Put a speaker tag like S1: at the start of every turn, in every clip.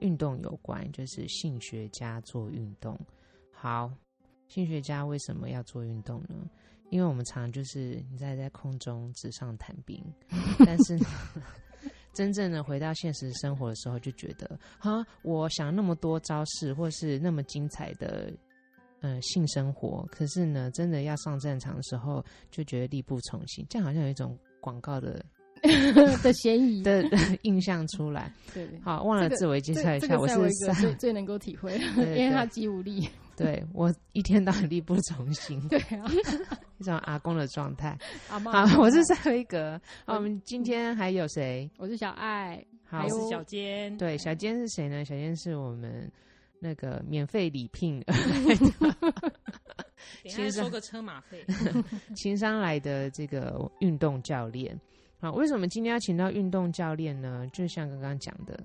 S1: 运动有关，就是性学家做运动。好，性学家为什么要做运动呢？因为我们常就是你在在空中纸上谈兵，但是呢真正的回到现实生活的时候，就觉得哈，我想那么多招式，或是那么精彩的呃性生活，可是呢，真的要上战场的时候，就觉得力不从心。这样好像有一种广告的
S2: 的嫌疑。
S1: 的 印象出来。
S2: 对对，
S1: 好，忘了
S2: 嗯这个
S1: 自我介
S2: 这
S1: 绍一
S2: 这
S1: 下，
S2: 个赛
S1: 我
S2: 维
S1: 是
S2: 格最
S1: 三，
S2: 最能够体会，
S1: 对对
S2: 因为他肌无力。
S1: 对我一天到晚力不从心，
S2: 对啊，
S1: 一种阿公的状态。
S2: 阿
S1: 好
S2: 妈，，
S1: 我是赛维格。好，
S2: 我
S1: 我们今天还有谁？
S2: 我是小爱，
S1: 好
S2: 还，有
S3: 是小尖，
S1: 对，小坚是谁呢？小坚是我们那个免费礼 聘
S3: 等
S1: 其
S3: 一
S1: 实
S3: 下收个车马费。
S1: 情商来的这个运动教练。好，为什么今天要请到运动教练呢？就像刚刚讲的，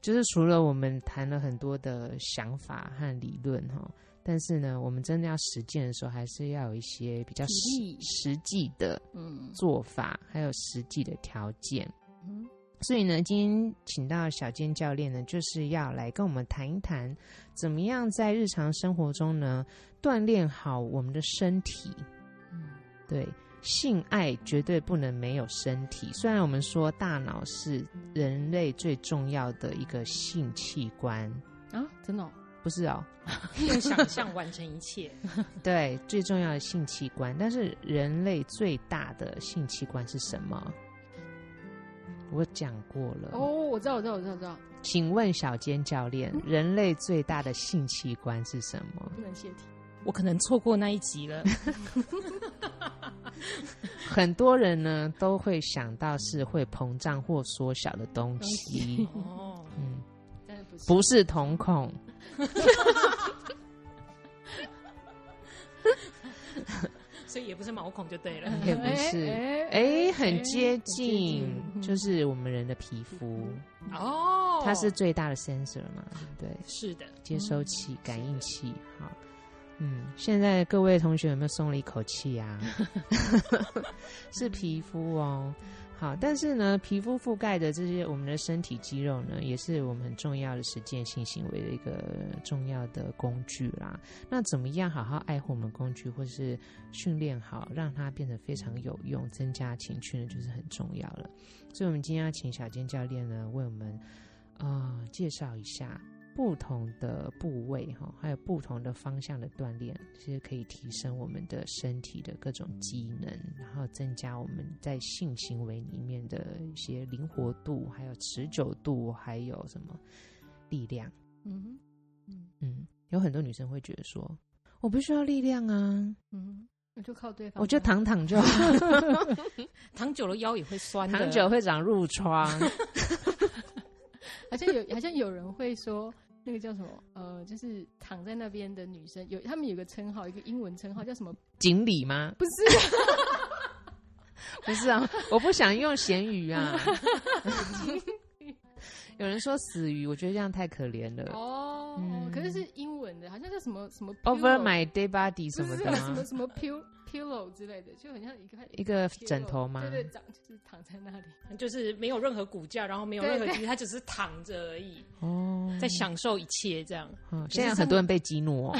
S1: 就是除了我们谈了很多的想法和理论哈，但是呢，我们真的要实践的时候，还是要有一些比较
S2: 体
S1: 实
S2: 力
S1: 实际的
S2: 嗯
S1: 做法，还有实际的条件。
S2: 嗯
S1: 所以呢，今天请到小健教练呢，就是要来跟我们谈一谈，怎么样在日常生活中呢，锻炼好我们的身体。对，性爱绝对不能没有身体。虽然我们说大脑是人类最重要的一个性器官，
S2: 啊，真的哦，
S1: 不是哦？
S3: 用想象完成一切，
S1: 对，最重要的性器官，但是人类最大的性器官是什么？我讲过了
S2: 哦，我知道，我知道，我知道，我知道，
S1: 请问小尖教练，人类最大的性器官是什么？
S2: 不能泄题。
S3: 我可能错过那一集了。
S1: 很多人呢都会想到是会膨胀或缩小的东 西，
S3: 哦，
S1: 嗯，
S2: 但是不是
S1: 不是瞳孔。
S3: 所以也不是毛孔就对了。
S1: 也不是
S2: 哎
S1: 嗯哎，很接近嗯
S2: 很接，近
S1: 就是我们人的皮肤，
S3: 哦，
S1: 它是最大的 sensor 嘛，对，
S3: 是的，
S1: 接收器、感应器。好，嗯，现在各位同学有没有松了一口气啊？ 是皮肤哦。好，但是呢，皮肤覆盖的这些我们的身体肌肉呢，也是我们很重要的实践性行为的一个重要的工具啦。那怎么样好好爱护我们工具，或是训练好，让它变得非常有用，增加情趣呢，就是很重要了。所以，我们今天要请小健教练呢，为我们呃介绍一下不同的部位哈，还有不同的方向的锻炼，其实可以提升我们的身体的各种机能，然后增加我们在性行为里面的一些灵活度，还有持久度，还有什么力量。
S2: 嗯嗯
S1: 嗯，有很多女生会觉得说，我不需要力量啊，
S2: 嗯，我就靠对方，
S1: 我就躺躺就好，
S3: 躺久了腰也会酸的。
S1: 躺久会长褥疮。
S2: 好像有，好像有人会说那个叫什么，呃，就是躺在那边的女生，有他们有个称号，一个英文称号叫什么？
S1: 锦鲤吗？
S2: 不是，
S1: 不是啊，我不想用咸鱼 啊。有人说死鱼，我觉得这样太可怜了。
S2: 哦，
S1: 呃嗯
S2: 可是是英文的，好像叫什么什么
S1: Over
S2: pillow
S1: my dead body
S2: 不
S1: 什么
S2: 是啊
S1: 的
S2: 什
S1: 吗
S2: 么？什么 pill pillow 之类的，就很像一个
S1: 一个枕头吗？
S2: 对对，长就是躺在那里。
S3: 就是没有任何骨架，然后没有任
S2: 对
S3: 何肌，他只是躺着而已，
S1: 哦，
S3: 在享受一切这样。
S1: 嗯现在有很多人被激怒哦。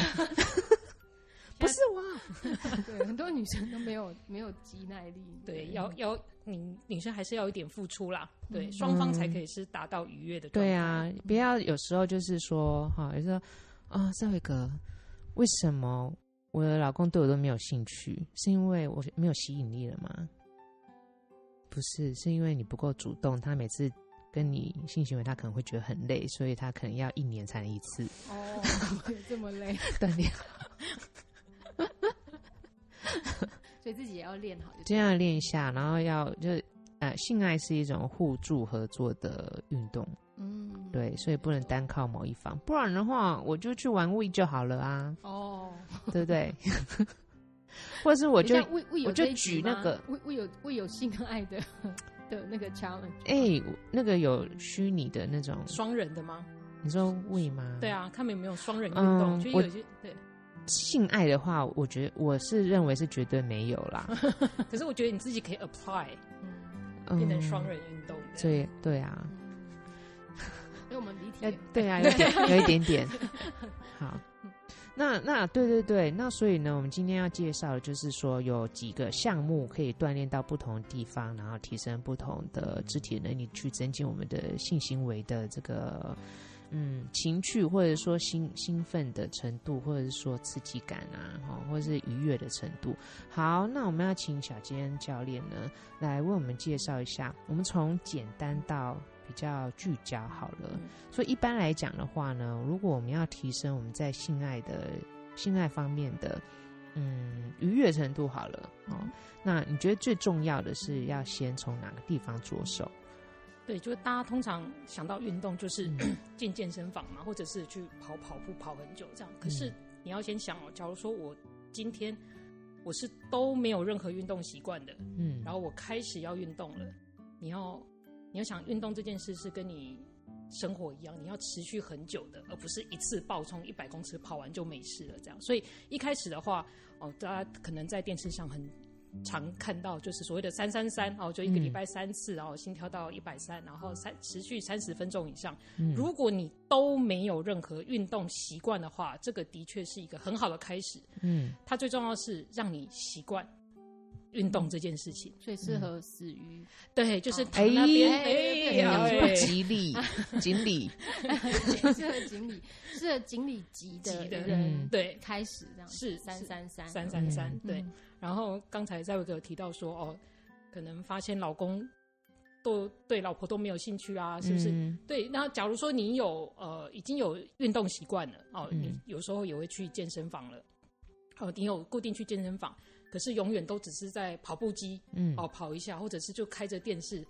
S1: 不是我，
S2: 对，很多女生都没有没有肌耐力。
S3: 对，要要女女生还是要有一点付出啦，对，双方才可以是达到愉悦的。
S1: 对，啊，不要有时候就是说哈，有时候啊，赵伟哥，为什么我的老公对我都没有兴趣？是因为我没有吸引力了吗？不是，是因为你不够主动。他每次跟你性行为，他可能会觉得很累，所以他可能要一年才能一次
S2: 哦，对这么累，
S1: 锻炼。
S2: 所以自己也要练好。就
S1: 这样练一下，然后要就是呃，性爱是一种互助合作的运动。
S2: 嗯，
S1: 对，所以不能单靠某一方，不然的话我就去玩 We 就好了啊，
S2: 哦，
S1: 对不对？ 或者是我就
S2: 等一下魏魏有
S1: 我就
S2: 这一集
S1: 举那
S2: 吗
S1: 个
S2: 魏魏有魏有性跟爱的 的那个 challenge，
S1: 哎、那个有虚拟的那种，
S3: 双人的吗？
S1: 你说 We 吗？
S3: 对，啊，他们有没有双人运
S1: 嗯
S3: 动？就
S1: 我
S3: 有些对，
S1: 性爱的话，我觉得我是认为是绝对没有啦，
S3: 可是我觉得你自己可以 apply
S2: 嗯，
S3: 变
S1: 嗯
S3: 成双人运动这样。
S1: 对对啊，
S2: 因为我们离题
S1: 要
S2: 了，
S1: 对啊，有一点有一点点。好，那那对对对，那所以呢，我们今天要介绍的就是说有几个项目可以锻炼到不同地方，然后提升不同的肢体能力，去增进我们的性行为的这个嗯情趣，或者说兴兴奋的程度，或者是说刺激感啊，哈，或者是愉悦的程度。好，那我们要请小坚教练呢来为我们介绍一下，我们从简单到。比较聚焦好了，所以一般来讲的话呢，如果我们要提升我们在性爱的性爱方面的嗯愉悦程度好了哦，那你觉得最重要的是要先从哪个地方着手？
S3: 对，就是大家通常想到运动就是
S1: 嗯
S3: 进健身房嘛，或者是去跑跑步跑很久这样。可是
S1: 嗯
S3: 你要先想哦，假如说我今天我是都没有任何运动习惯的，
S1: 嗯，
S3: 然后我开始要运动了，你要你要想运动这件事是跟你生活一样，你要持续很久的，而不是一次爆冲一百公尺跑完就没事了这样。所以一开始的话，哦，大家可能在电视上很常看到，就是所谓的三三三哦，就一个礼
S1: 嗯
S3: 拜三次，然后心跳到一百三，然后三持续三十分钟以上。
S1: 嗯
S3: 如果你都没有任何运动习惯的话，这个的确是一个很好的开始。
S1: 嗯
S3: 它最重要的是让你习惯运动这件事情。
S2: 所以适合死鱼，
S3: 对，就是
S2: 哦
S3: 躺那边，
S1: 哎
S3: 哎
S2: 哎
S3: 呀
S2: 哎
S3: 哎
S1: 吉 利锦鲤，
S2: 适合锦鲤，适合锦鲤级的
S3: 急的
S1: 嗯
S2: 人
S3: 对，
S2: 开始这样，
S3: 是
S2: 三三三
S3: 三三三
S1: 嗯，
S3: 对。然后刚才在伟哥有提到说，哦，可能发现老公都对老婆都没有兴趣啊，是不是？
S1: 嗯
S3: 对，那假如说你有呃已经有运动习惯了哦，
S1: 嗯
S3: 你有时候也会去健身房了，哦，你有固定去健身房，可是永远都只是在跑步机
S1: 嗯
S3: 哦跑一下，或者是就开着电视，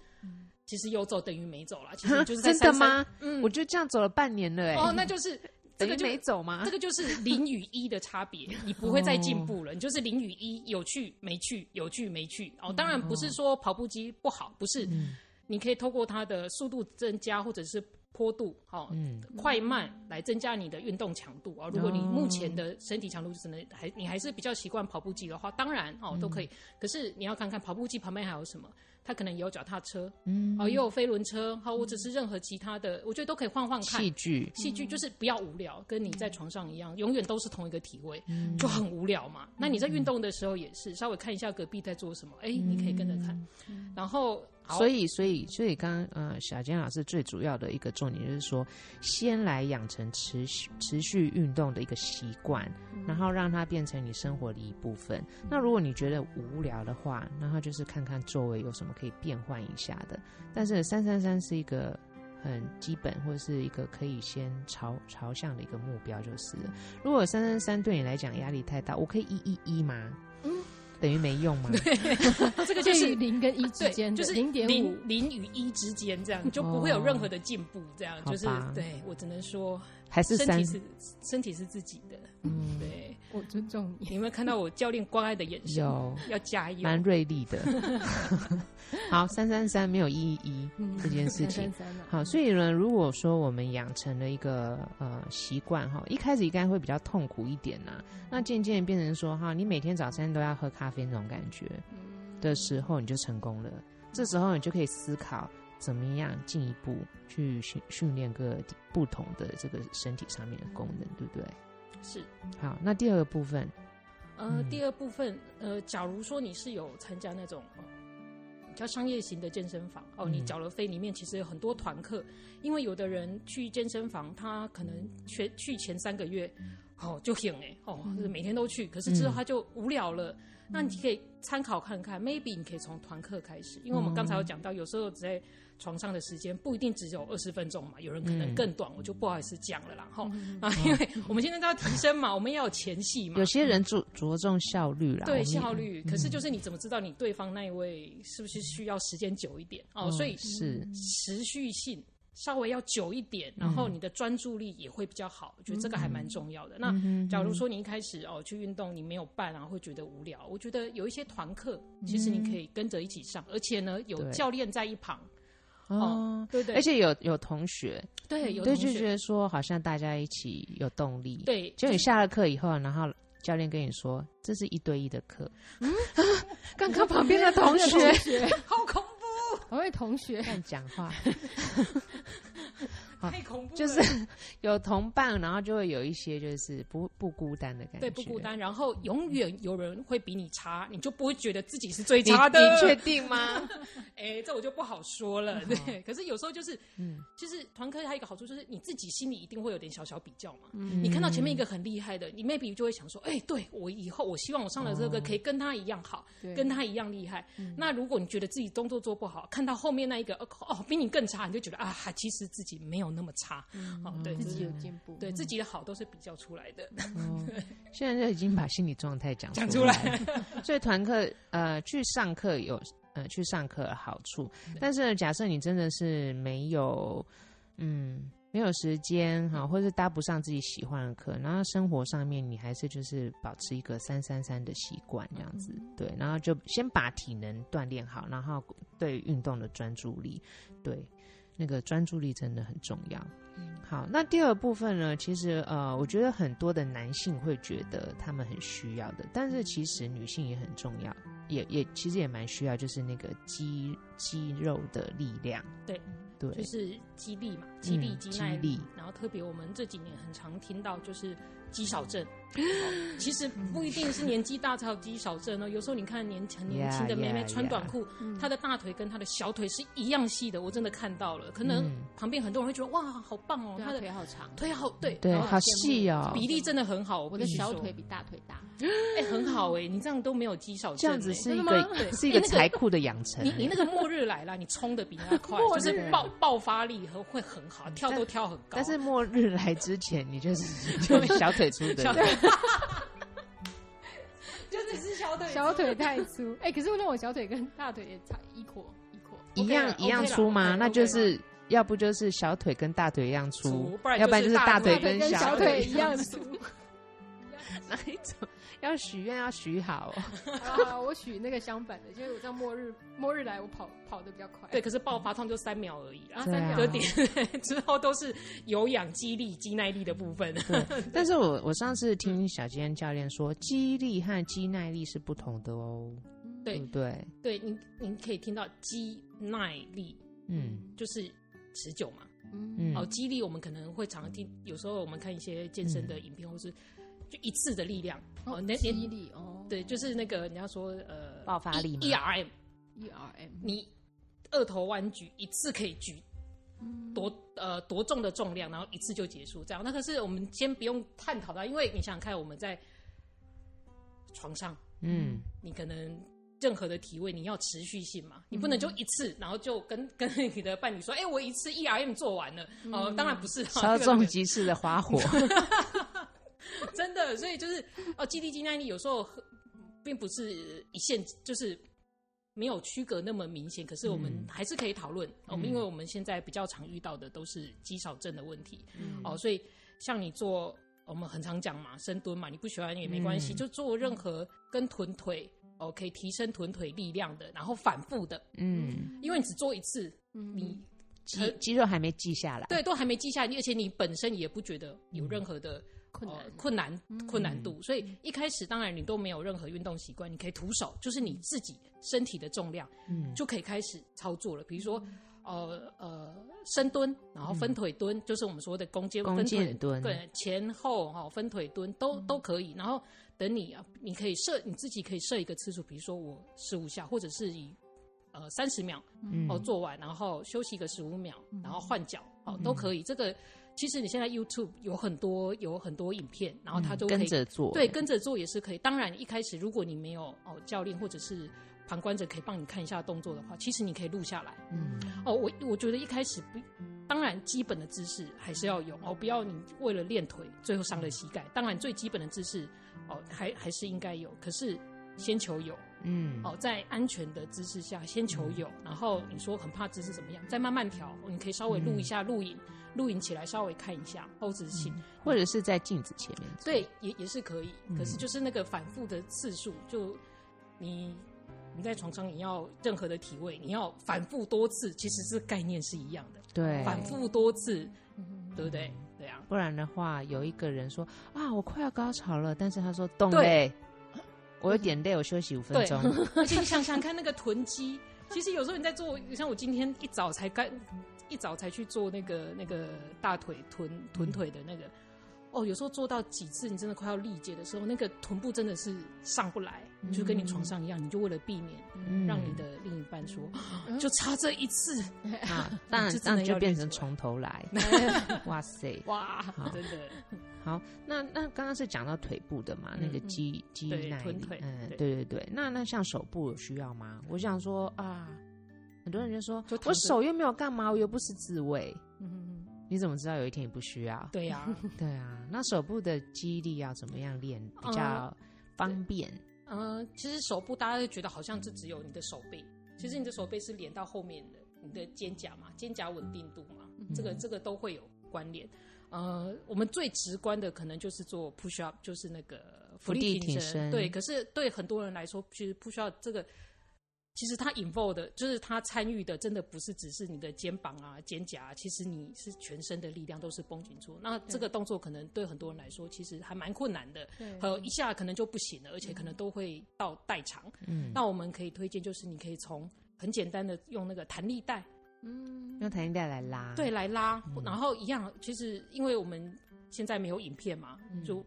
S3: 其实有走等于没走啦，其 哦实就是在
S1: 真的
S3: 33？
S1: 吗？
S3: 嗯
S1: 我，就这样走了半年了、哎、
S3: 哦，那就是这
S1: 等
S3: 个
S1: 于
S3: 就
S1: 没走吗
S3: 这？个就是零与一的差 别，你不会再进步了，
S1: 哦
S3: 你就是零与一，有去没去，有去没去。哦，当然不是说跑步机不好，不是，
S1: 嗯
S3: 你可以透过它的速度增加或者是坡度，哦，
S1: 嗯
S3: 快慢来增加你的运动强度啊、哦。如果你目前的身体强度只能还你还是比较习惯跑步机的话，当然
S1: 嗯
S3: 哦都可以。可是你要看看跑步机旁边还有什么，它可能也有脚踏车，
S1: 嗯，
S3: 哦，也有飞轮车，好、或者是任何其他的，我觉得都可以换换看。
S1: 器具，
S3: 戏剧就是不要无聊，跟你在床上一样，永远都是同一个体位，
S1: 嗯
S3: 就很无聊嘛。那你在运动的时候也是，稍微看一下隔壁在做什么，哎，你可以跟着看。然后，好
S1: 嗯所以，所以，所以刚刚呃，小坚老师最主要的一个重点就是说，先来养成持续持续运动的一个习惯，
S3: 嗯
S1: 然后让它变成你生活的一部分。那如果你觉得无聊的话，然后就是看看周围有什么可以变换一下的。但是三三三是一个很基本或者是一个可以先朝朝向的一个目标，就是了如果三三三对你来讲压力太大，我可以一一一吗？
S3: 嗯
S1: 等于没 用吗？
S3: 这个就
S2: 介
S3: 是
S2: 于 零跟一之
S3: 对，
S2: 间的，
S3: 就是
S2: 零点五，
S3: 零零与一之间，这样就不会有任何的进步。这样
S1: 哦好
S3: 就是
S1: 吧
S3: 对我只能说，
S1: 还是
S3: 身
S1: 三
S3: 体是身体是自己的。
S1: 嗯
S3: 对，
S2: 我尊重你。
S3: 你有没有看到我教练关爱的眼神？
S1: 有。
S3: 要加油！
S1: 蛮锐利 的。 好，三三三没有一一
S2: 嗯
S1: 这件事情
S2: 三。三三啊，
S1: 好，所以呢，如果说我们养成了一个呃习惯哈，一开始应该会比较痛苦一点呐、
S3: 嗯
S1: 那渐渐变成说哈，你每天早餐都要喝咖啡那种感觉
S3: 嗯
S1: 的时候，你就成功了。这时候你就可以思考怎么样进一步去训训练各不同的这个身体上面的功
S3: 嗯
S1: 能，对不对？
S3: 是
S1: 好，那第二个部分，
S3: 呃，
S1: 嗯
S3: 第二部分，呃，假如说你是有参加那种、呃、比较商业型的健身房哦，你
S1: 嗯
S3: 缴了费，里面其实有很多团课，因为有的人去健身房，他可能去去前三个月
S1: 嗯
S3: 哦就很哎哦，就是每天都去，可是之后他就无聊了。
S1: 嗯
S3: 那你可以参考看看，maybe 你可以从团课开始，因为我们刚才有
S1: 嗯
S3: 讲到，有时候只在床上的时间不一定只有二十分钟嘛，有人可能
S1: 嗯
S3: 更短，我就不好意思讲了啦哈、啊，因为我们现在都要提升嘛，我们也要有前戏嘛，
S1: 有些人注着重效率啦，我
S3: 对
S1: 们也
S3: 效率，可
S1: 嗯
S3: 是就是你怎么知道你对方那一位是不是需要时间久一点哦？
S1: 嗯
S3: 所以
S1: 是
S3: 持续性稍微要久一点，然后
S1: 嗯
S3: 你的专注力也会比较好。我觉得这个还蛮重要的。
S1: 嗯
S3: 那假如说你一开始哦去运动，你没有办啊，会觉得无聊。我觉得有一些团课，其实你可以跟着一起上，而且呢有
S1: 嗯对
S3: 教练在一旁，
S1: 哦，
S3: 对不对？
S1: 而且有有同学，
S3: 对有
S1: 对，
S3: 同
S1: 就觉
S3: 学
S1: 得说好像大家一起有动力。，
S3: 对，
S1: 就你下了课以后，然后教练跟你说这是一对一的课，
S2: 刚刚旁 边的同
S3: 学
S2: 学，
S3: 好恐怖，
S2: 旁边同学，
S1: 乱讲话，啊
S3: 太恐怖了，
S1: 就是有同伴，然后就会有一些就是不不孤单的感觉，
S3: 对不孤。单，然后永远有人会比你差，你就不会觉得自己是最
S1: 你
S3: 差的。
S1: 你确定吗？
S3: 哎，这我就不好说了。
S2: 嗯
S3: 对，可是有时候就是，就是团科还有一个好处就是你自己心里一定会有点小小比较嘛。
S2: 嗯
S3: 你看到前面一个很厉害的，你 maybe 就会想说，哎，对我以后我希望我上了这个
S1: 哦
S3: 可以跟他一样好，
S2: 对嗯
S3: 跟他一样厉害。那如果你觉得自己动作做不好，看到后面那一个哦哦比你更差，你就觉得啊，其实自己没有那么差。哦，对，
S2: 嗯自
S3: 就
S2: 己
S3: 是
S2: 有进步，嗯
S3: 对自己的好都是比较出来的，
S1: 哦现在就已经把心理状态讲
S3: 讲
S1: 出
S3: 出
S1: 来
S3: 来。
S1: 所以团课呃去上课有呃去上课的好处，但是呢假设你真的是没有嗯没有时间哈，或是搭不上自己喜欢的课，然后生活上面你还是就是保持一个三三三的习惯这样子，对，然后就先把体能锻炼好，然后对运动的专注力，对。那个专注力真的很重要。
S3: 嗯
S1: 好，那第二部分呢？其实呃，我觉得很多的男性会觉得他们很需要的，但是其实女性也很重要，也也其实也蛮需要，就是那个肌肌肉的力量。
S3: 对
S1: 对，
S3: 就是肌力嘛，肌力、
S1: 嗯
S3: 肌
S1: 肌
S3: 耐
S1: 力
S3: 力。然后特别我们这几年很常听到就是肌少 症，哦其实不一定是年纪大才有肌少症哦。有时候你看年很年轻的
S1: Yeah,
S3: 妹妹
S1: yeah,
S3: 穿短裤，
S1: 嗯
S3: 她的大腿跟她的小腿是一样细的，我真的看到了。可能
S1: 嗯
S3: 旁边很多人会觉得哇，好棒哦，
S2: 对
S3: 她
S2: 他
S3: 的
S2: 腿好长，
S3: 腿好对
S1: 对，
S3: 然后
S1: 好细哦，
S3: 比例真的很好，
S2: 我
S3: 我
S2: 的
S3: 必须
S2: 小
S3: 说
S2: 腿比大腿大，
S3: 哎很好哎，你这样都没有肌少症，
S1: 这样子
S3: 哎
S1: 是一
S2: 真的吗
S1: 个是一个
S3: 哎那个
S1: 财库的养成
S3: 你。你那个末日来了，你冲的比他 快，就是爆爆发力和会很好，跳都跳很
S1: 嗯
S3: 高。
S1: 但是末日来之前，你就是 就小腿粗的
S3: 小
S1: 人，
S3: 就只是小腿
S2: 小腿太粗，哎，可是那我小腿跟大腿也差一阔一阔，
S1: 一样
S3: OK 啦
S1: 一样
S3: OK 啦
S1: 粗吗？
S3: OK，OK
S1: 那就是要不就是小腿跟大腿一样粗
S3: 粗，不然
S1: 要不然
S3: 就是是
S1: 大
S3: 大
S1: 腿
S3: 腿
S1: 跟
S2: 跟
S1: 小
S2: 小
S1: 腿
S2: 腿一样粗。
S1: 哪一种？ 要许愿要许 好、哦，
S2: 好啦好啦啊我许那个相反的，就是我知道末日末日来，我跑跑的比较快。
S3: 对，，可是爆发痛就三秒而已啦。
S1: 对啊
S3: 隔点之后都是有氧、肌力、肌耐力的部分。
S1: 但是我我上
S3: 嗯
S1: 次听小尖教练说，肌力和肌耐力是不同的哦，
S3: 对
S1: 不对？
S3: 对你，你可以听到肌耐力
S1: 嗯
S3: 就是持久嘛。
S2: 嗯，
S1: 嗯，
S3: 哦，肌力我们可能会常常听，有时候我们看一些健身的影片，或是就一次的力量。嗯哦，那
S2: 肌
S3: 那
S2: 力哦，
S3: 对，就是那个人家说呃，
S1: 爆发力吗
S3: E R M，
S2: ，E R M，
S3: 你二头弯举一次可以举
S1: 嗯
S3: 多呃多重的重量，然后一次就结束，这样。那可是我们先不用探讨它，因为你想想看，我们在床上，
S1: 嗯，
S3: 你可能任何的体位你要持续性
S1: 嗯
S3: 嘛，你不能就一次，然后就跟跟你的伴侣说，哎、我一次 E R M 做完了，哦、
S1: 嗯
S3: 当然不是，
S1: 稍
S3: 稍
S1: 纵即逝的 花火，
S3: 真的，所以就是哦，基地肌耐力有时候很并不是一线，就是没有区隔那么明显。可是我们
S1: 嗯
S3: 还是可以讨论，我们、因为我们现在比较常遇到的都是肌少症的问题、
S1: 嗯
S3: 哦，所以像你做。我们很常讲嘛，深蹲嘛，你不喜欢也没关系，
S1: 嗯
S3: 就做任何跟臀腿哦，可以提升臀腿力量的，然后反复的，
S1: 嗯，
S3: 因为你只做一次，你
S1: 肌肌肉还没记下来，
S3: 呃对都还没记下来，而且你本身也不觉得有任何的
S2: 困难嗯
S3: 呃、困难困难度，所以一开始当然你都没有任何运动习惯，你可以徒手，就是你自己身体的重量，
S1: 嗯
S3: 就可以开始操作了。比如说，呃呃，深蹲，然后分腿蹲，就是我们说的弓箭
S1: 嗯弓
S3: 分
S1: 箭
S3: 腿
S1: 蹲嗯
S3: 对，前后哈、哦分腿蹲都、都可以。然后等你啊，你可以设你自己可以设一个次数，比如说我十五下，或者是以呃三十秒
S1: 嗯
S3: 哦，做完，然后休息个十五秒，然后换脚，哦
S1: 嗯
S3: 都可以。这个其实你现在 YouTube 有很多有很多影片，然后它都可
S1: 嗯跟
S3: 以、
S1: 着做，
S3: 对跟着做也是可以。当然一开始如果你没有哦教练或者是旁观者可以帮你看一下动作的话，其实你可以录下来。
S1: 嗯
S3: 哦，我我觉得一开始不，当然基本的姿势还是要有哦，不要你为了练腿最后伤了膝盖。当然最基本的姿势哦，还还是应该有，可是先求有，
S1: 嗯，
S3: 哦，在安全的姿势下先求有，然后你说很怕姿势怎么样，再慢慢调，哦你可以稍微录一下录影，录影起来稍微看一下后置性，
S1: 或者是在镜子前面，
S3: 对，也也是可以。可是
S1: 嗯
S3: 就是那个反复的次数，就你你在床上你要任何的体位，你要反复多次，其实是概念是一样的，
S1: 对，
S3: 反复多次，对不对？对啊，
S1: 不然的话，有一个人说啊，我快要高潮了，但是他说动
S3: 对
S1: 嘞，我有点累，我休息五分
S3: 对
S1: 钟。
S3: 而且你想想看那个臀肌，其实有时候你在做，像我今天一早才干，一早才去做那个那个大腿臀
S1: 嗯
S3: 臀腿的那个，哦，有时候做到几次你真的快要力竭的时候，那个臀部真的是上不来，就跟你床上一样，你就为了避免
S1: 嗯
S3: 让你的另一半说， 就差这一次，
S1: 啊，当然
S3: 就
S1: 这
S3: 真的
S1: 样就
S3: 要
S1: 变成
S3: 练出来
S1: 从头 来。哇塞，
S3: 哇
S1: 好，
S3: 啊真的，
S1: 好，那那刚刚是讲到腿部的嘛，那个
S3: 嗯
S1: 肌肌
S3: 对
S1: 耐
S3: 臀
S1: 力
S3: 腿
S1: 嗯，
S3: 对
S1: 对对对。那那像手部有需要吗？我想说啊，很多人就说
S3: 就躺
S1: 我
S3: 着
S1: 手又没有干嘛，我又不是自慰，
S2: 嗯嗯
S1: 你怎么知道有一天你不需要？
S3: 对呀、
S1: 对啊，那手部的肌力要怎么样练比
S3: 呃
S1: 较方便？
S3: 嗯，其实手部大家就觉得好像就只有你的手背，其实你的手背是连到后面的，你的肩胛嘛，肩胛稳定度嘛，这个这个都会有关联。呃，我们最直观的可能就是做 push up，就是那个
S1: 伏
S3: 伏
S1: 地
S3: 地
S1: 挺
S3: 挺
S1: 身
S3: 身。对，可是对很多人来说，其实 push up 这个，其实它 involve 的，就是它参与的，真的不是只是你的肩膀啊、肩胛、啊，其实你是全身的力量都是绷紧住。那这个动作可能对很多人来说，其实还蛮困难的。
S2: 嗯，
S3: 还有呃一下可能就不行了，而且可能都会到代偿。
S1: 嗯，
S3: 那我们可以推荐，就是你可以从很简单的用那个弹力带，
S2: 嗯，
S1: 用弹力带来拉。
S3: 对，来拉，
S1: 嗯
S3: 然后一样，其实因为我们现在没有影片嘛，
S1: 嗯
S3: 就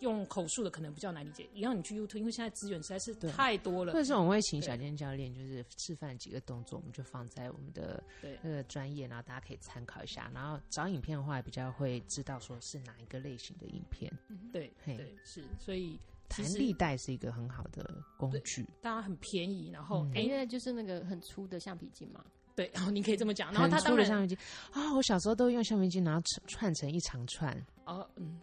S3: 用口述的可能比较难理解。一样，你去 YouTube，因为现在资源实在是
S1: 对
S3: 太多
S1: 或
S3: 了
S1: 者，是我们会请
S3: 对
S1: 小健教练，就是示范几个动作，我们就放在我们的
S3: 对
S1: 那个专业，然后大家可以参考一下。然后找影片的话，也比较会知道说是哪一个类型的影片。
S3: 对
S1: 嘿
S3: 对是，所以其
S1: 弹
S3: 实
S1: 力带是一个很好的工
S3: 对
S1: 具，
S3: 大家很便宜，然后
S1: 嗯
S3: 哎、
S2: 因为就是那个很粗的橡皮筋嘛，
S3: 对，然后你可以这么讲，然后
S1: 很
S3: 它
S1: 粗
S3: 当
S1: 的
S3: 然
S1: 橡皮筋啊、我小时候都会用橡皮筋，然后串串成一长串。
S3: 哦嗯。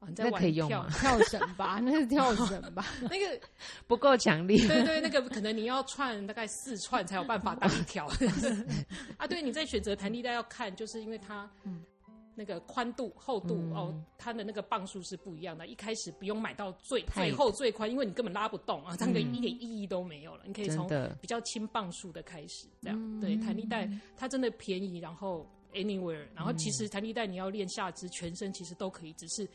S3: 啊、你
S1: 那
S3: 在
S1: 可
S3: 玩
S1: 以用
S3: 跳
S1: 吗
S2: 跳绳吧， 那是 跳绳吧，
S3: 那个
S1: 不够强 力。
S3: 对对，那个可能你要串大概四串才有办法当一 条
S1: 嗯
S3: 啊。对，你在选择弹力带要看，就是因为它那个宽度、厚度、
S1: 嗯
S3: 哦，它的那个磅数是不一样的。一开始不用买到最
S1: 太嗯
S3: 最厚最宽，因为你根本拉不动啊，这样的一点意义都没有了。你可 以
S1: 真
S3: 从
S1: 的嗯
S3: 比较轻磅数的开始，这样、对弹力带它真的便宜，然后 anywhere，然
S1: 嗯
S3: 后其实弹力带你要练下肢、全身其实都可以，只是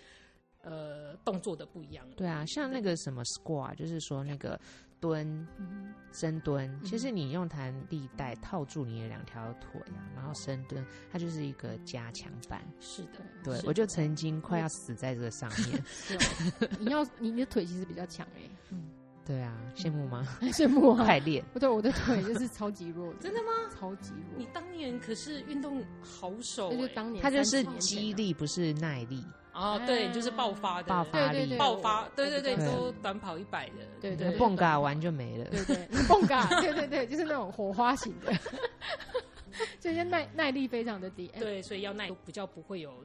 S3: 呃动作的不一样而已。
S1: 对啊，像那个什么 squat，就是说那个蹲、
S2: 嗯
S1: 深蹲，其实你用弹力带套住你的两条腿啊，然后深蹲，它就是一个加强版。
S3: 是的，
S1: 对
S3: 是，的
S1: 我就曾经快
S2: 嗯
S1: 要死在这个上 面。
S2: 你要你的腿其实比较强哎，
S1: 对啊，羡慕吗？
S2: 羡慕 啊！
S1: 快练！
S2: 不对，我的腿就是超级弱，真的吗？超级
S3: 你
S2: 弱，
S3: 当年可是运动好手、欸，
S2: 那就当年
S1: 它就
S2: 30
S1: 是
S2: 年前啊
S1: 肌，力，不是耐力。
S3: 啊，对，就是爆发的，
S1: 爆发
S2: 对对对，
S3: 爆发
S2: 我，
S3: 对对对，
S2: 我比较
S3: 都短跑一百的，
S2: 对
S1: 那
S2: 对
S1: 蹦嘎完就没了。
S2: 对 对，那蹦嘎，对对对，就是那种火花型的， 就是耐耐力非常的低。哎，
S3: 对，所以要耐，比较不会有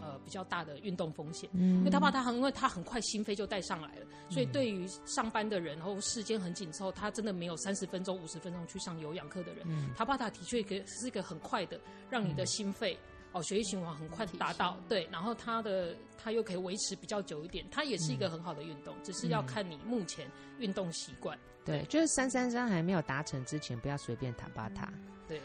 S3: 呃比较大的运动风险。
S1: 嗯
S3: 因为他怕他很，因为他很快心肺就带上来了，所以对于上班的人，然后时间很紧凑，他真的没有三十分钟、五十分钟去上有氧课的人，他怕他的确可以是一个很快的，让你的心肺、哦血液循环很快地达到，对，然后他的他又可以维持比较久一点，它也是一个很好的运动，只是要看你目前运动习惯，
S1: 对，就是三三三还没有达成之前，不要随便塔巴塔。
S3: 对，